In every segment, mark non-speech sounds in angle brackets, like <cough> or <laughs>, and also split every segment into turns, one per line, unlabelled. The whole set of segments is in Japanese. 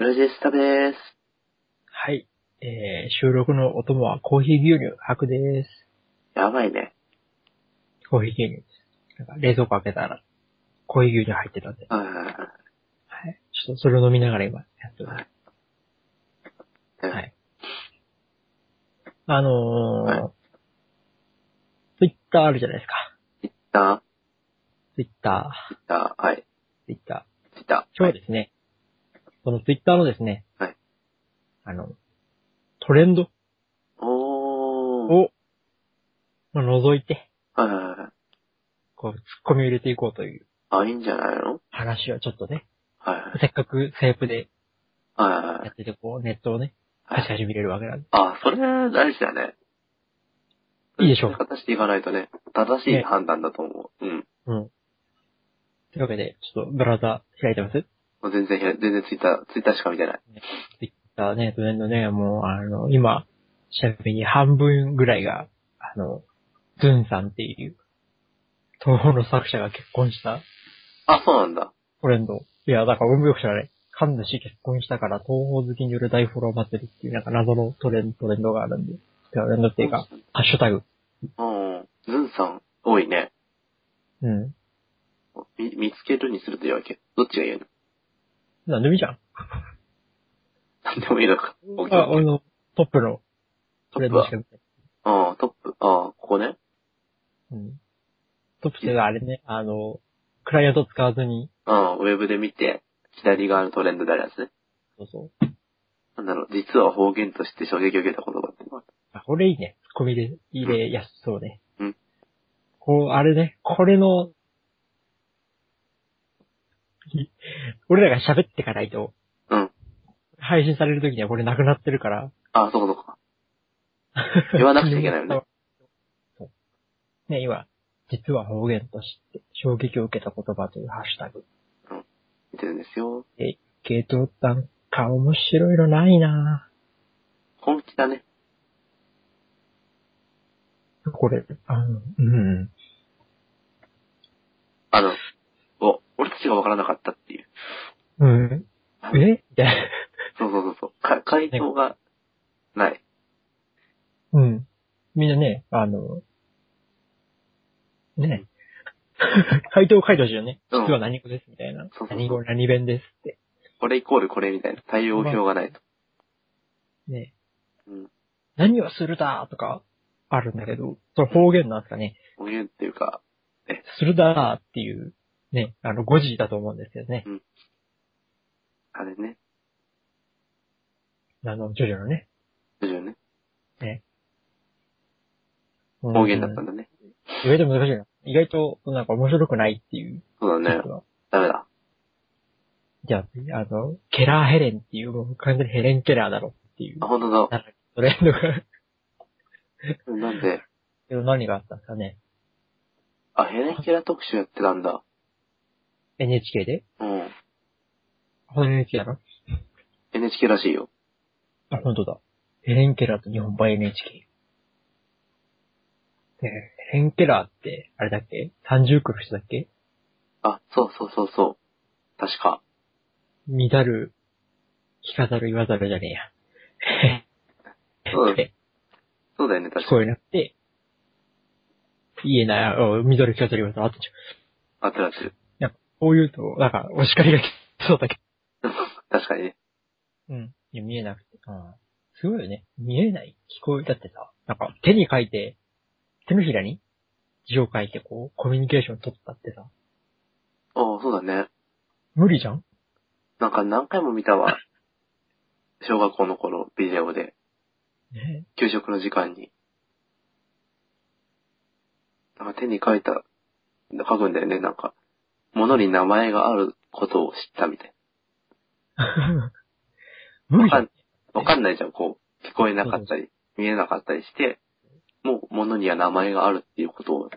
ジスタです。
はい。えー、収録のお供はコーヒー牛乳、白です。
やばいね。
コーヒー牛乳です。なんか冷蔵庫開けたら、コーヒー牛乳入ってたんで。
はいはいは
はい。ちょっとそれを飲みながら今やってます。
い。。
はいい。あのー、ツイッターあるじゃないですか。
た、
ツイッタ
た、はい。
ー、ツイッター。
来た。
今日はですね、そのツイッターのですね、
はい
あの、トレンド
おー。
を、まあ、覗いて、
はいはいはい。
こう、ツッコミを入れていこうという
あ、いいんじゃないの
話をちょっとね、
はいはい。
せっかくセープで
はいはいは
や
い。
ってて、こう、ネットをね、
はい
貸し始めれるわけなんで。
あ、それ大事だね。
いいでしょうか
正していかないとね、正しい判断だと思う。うん。
うん。というわけで、ちょっとブラウザ開いてます
もう全然開い、全然ツイッター、ツイッターしか見てない。
あね、トレンドね、もう、あの、今、ちなみに半分ぐらいが、あの、ズンさんっていう、東方の作者が結婚した
あ、そうなんだ。
トレンド。いや、だから、運よく知らない。神主結婚したから、東方好きによる大フォロー祭りっていう、なんか謎のトレンド、トレンドがあるんで。トレンドっていうか、ハッシュタグ。
うん。ズンさん、多いね。
うん。
み見つけるにするというわけ。どっちがいいの
なんでもいいじゃん。
なんでもいいのか。オッケー
あ、
オッケー
俺のトップの
ト
ト
ッ
レン
プ
ド
は
しか見てない。
あトップ。あここね。
うん。トップっていうのはあれね、あの、クライアント使わずに、
うん、ウェブで見て、左側のトレンドであるやつね。
そうそう。
なんだろう、実は方言として衝撃を受けた言葉ってのは。
あ、これいいね。ツッコミで入れやすそうね。
うん。
こう、あれね、これの、い俺らが喋ってかないと、
うん。
配信される時にはこれなくなってるから。
あ、そうかそうか。言わなくちゃいけないよね。
<laughs> そう。ね、今、実は方言として衝撃を受けた言葉というハッシュタグ。
見てるんですよ。
ゲートなんか面白いのないなぁ。
本気だね。
これ、あの、うん。
あの、お、俺たちが分からなかったっていう。
うん。えみたいな。
そうそうそうそう。か、回答が、ない。
うん。みんなね、あの、ね。 <laughs> 回答を書いてほしいよね。
うん
実は何語ですみたいな。
そうそうそう
何語、何弁ですって。
これイコールこれみたいな対応表がないと。
ね。
うん。
何をするだとか、あるんだけど、それ方言なんですかね。
こういうっていうか、
するだーっていう、ね、あの、語字だと思うんですけどね。
あれね。
あの、ジョジョのね。
徐々にね。
方
方言だったんだね。
意外と難しいな。意外と、なんか面白くないっていう。
そうだね。ダメだ。
じゃあ、あの、ケラーヘレンっていう、もう完全にヘレンケラーだろっていう
あ、、本当だ。
トレンドが。
なんで、
けど何があったんですかね。
あ、ヘレンケラ特集やってたんだ。
NHK で
うん。
ほん NHK だな。
NHK らしいよ。
あ、本当だ。ヘレンケラーと日本版 NHK。で、ヘレンケラーって、あれだっけ三重苦の人だっけ
あ、そうそうそうそう。確か。
見ざる、聞かざる言わざるじゃねえや。 <laughs>
そうだ
で
そうだよね、確
聞
かに。
こえなくて、言えない、あ見ざる聞かざる言わざる、あったじゃん。
あってるあってる。 <laughs>
こういうと、なんか、お叱りが来そうだけど
確かにね。
うん。いや、見えなくて。うん。すごいよね。見えない聞こえだってさ、なんか手に書いて、手のひらに字を書いてこう、コミュニケーション取ったってさ、
ああ、そうだね。
無理じゃん
なんか何回も見たわ。
<laughs>
小学校の頃、ビデオで、
ね <laughs>
給食の時間に。なんか手に書いた、書くんだよね、なんか。物に名前があることを知ったみたい。
え無理じゃん。
わかんないじゃん、こう。聞こえなかったり、見えなかったりして、もう物には名前があるっていうことを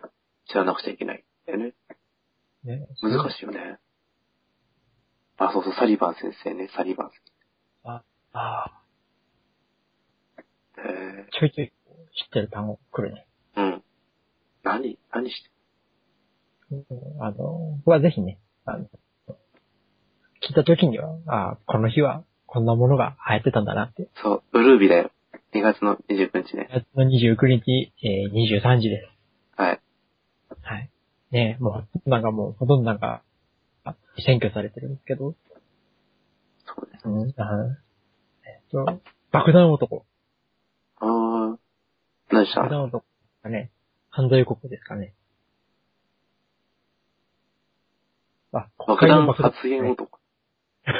知らなくちゃいけないんだよね。
ね、
難しいよね。あ、そうそう、サリバン先生ね、サリバン
あ
先生。へ
あ、ちょいちょいこう知ってる単語来るね。
え。うん。何何して
うんあの、僕はぜひね、あの、聞いた時には、ああ、この日はこんなものが流行ってたんだなって。
そう、ブルービーだよ。2月の29日ね。
2月の29日、えー、23時です。
はい。
はい。ねえ、もう、なんかもう、ほとんどなんか、あ占拠されてるんですけど、
そうです。
うん、あのえっと、爆弾男。
あー。何した
爆弾男ですかね。犯罪予告ですかね。あ、
爆弾発言
ね
男。
<laughs>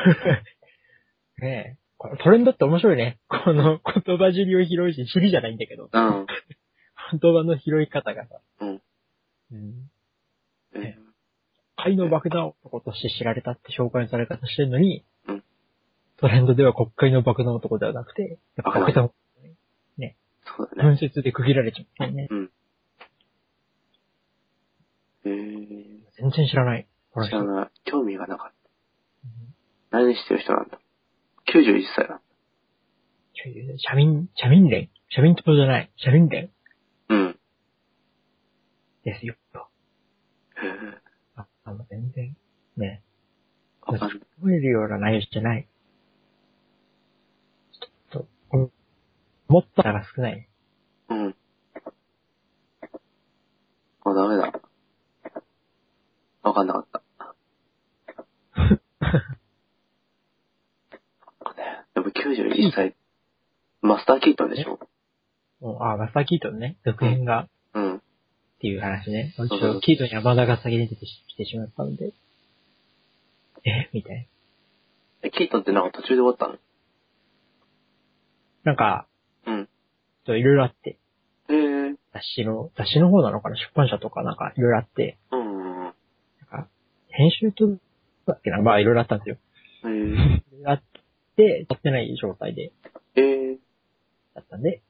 ねえ。これトレンドって面白いね。この言葉尻を拾うし、尻じゃないんだけど。
うん。
言葉の拾い方がさ。
うん。
うん。
え
海の爆弾男として知られたって紹介され方してるのに、
うん
トレンドでは国会の爆弾男ではなくて、やっぱ爆弾男
そうだね。
分節で区切られちゃったよね。
えー、
全然知らない。この
知ら
人
ない。興味がなかっ
うん
た。何してる人なんだ ?91 歳なんだ。
ちょいシャミン、シャミン連。シャミン党じゃない。シャミン連
うん。
ですよ。
へー
あ、あの、全然、ね、
わかんない。
覚えるような内容じゃない。ちょっと、こ持ったら少ない。
うん。あ、ダメだ。わかんなかった。なんかね、でも91歳、マスターキートンでしょ
もうあ、マスターキートンね、続編が、
うん。
っていう話ね。ち
うそう
ょっとキートンにはまだが先に出てきてしまったんで。えみたい
え、キートンってなんか途中で終わったの
な。なんか、
うん。
ちょっといろいろあって、
へえ。
雑誌の、雑誌の方なのかな出版社とかなんかいろいろあって、
うん。へ
なんか、編集と、だっけなまあいろいろあったんですよ。
え。
いろいろあって、撮ってない状態で、
へえ。
だったんで、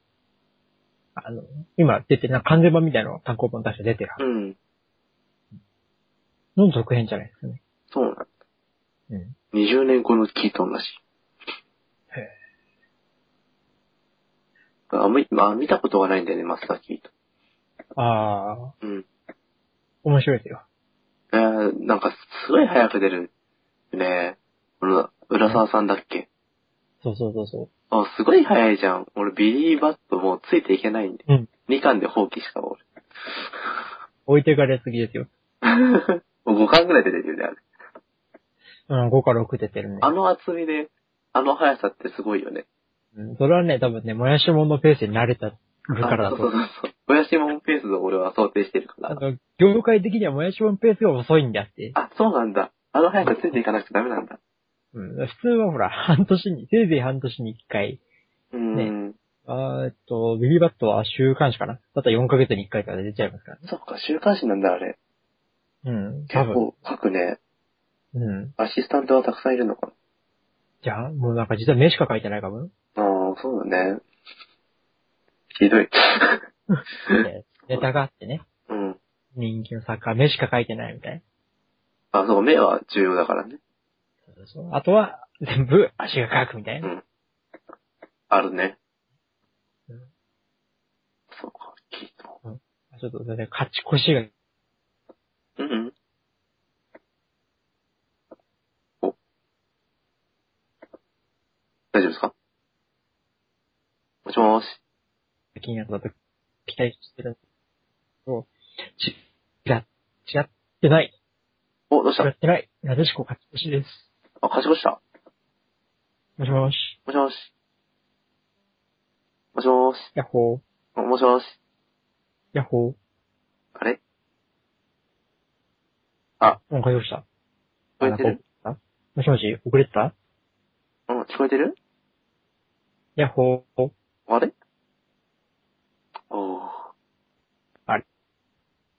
あの、今出てる、なんか完全版みたいなのが単行本出して出てるはず
うん。
の続編じゃないですかね。
そうなんだ。
うん。
20年後のキートンらしい。
へ
あ、み、まあ、見たことがないんだよね、マスターキート
ああ、
ン。うん。
面白いですよ。
えー、なんか、すごい早く出る。ねこの、浦沢さんだっけ
そうそうそうそう。
あ、すごい早いじゃん。俺、ビリーバットもうついていけないんで。
うん
2巻で放棄したわ、
置いてかれすぎですよ。 <laughs>
俺。もう5巻ぐらいで出てるね、あれ。
うん、5か6出てるね。
あの厚みで、あの速さってすごいよね。
うんそれはね、多分ね、もやしもんのペースに慣れたるからだ
あ
と
そうそう
思う。
そうそう。もやしもんペースを俺は想定してるか
あ
ら。
の、業界的にはもやしもんペースが遅いんだって。
あ、そうなんだ。あの速さついていかなくちゃダメなんだ。
うん、普通はほら、半年に、せいぜい半年に1回。
うーん。
あーえっと、ビビバットは週刊誌かなだったら4ヶ月に1回から出ちゃいますからね。
そっか、週刊誌なんだ、あれ。
うん、多
結
分。
構書くね。
うん。
アシスタントはたくさんいるのか
じゃあ、もうなんか実は目しか書いてない
<laughs>
かも。
な。ああ、そうだね。ひどい。 <laughs>
でネタがあってね。
うん。
人気の作家、目しか書いてないみたいな。
あ、そう、目は重要だからね。
そうそうあとは、全部足が書くみたいな。
あるね。
うん
そうか、きっと。
ちょっと、ね、勝ち越しが
うんうん。お。大丈夫ですかもしもーし。
気になったと期待してるんですけど、ち、違っ、違ってない。
お、どうし
違
た
ってない。なでしこ勝ち越しです。
あ、勝ち越した。
もしもし。
もしもーし。もしもーし。
ヤッホー。
あもしもーし。
ヤッホー。
あれ
うん、かりました。
聞こえてる
あもしもし、遅れてた
うん、聞こえてる
ヤッホー。
あれ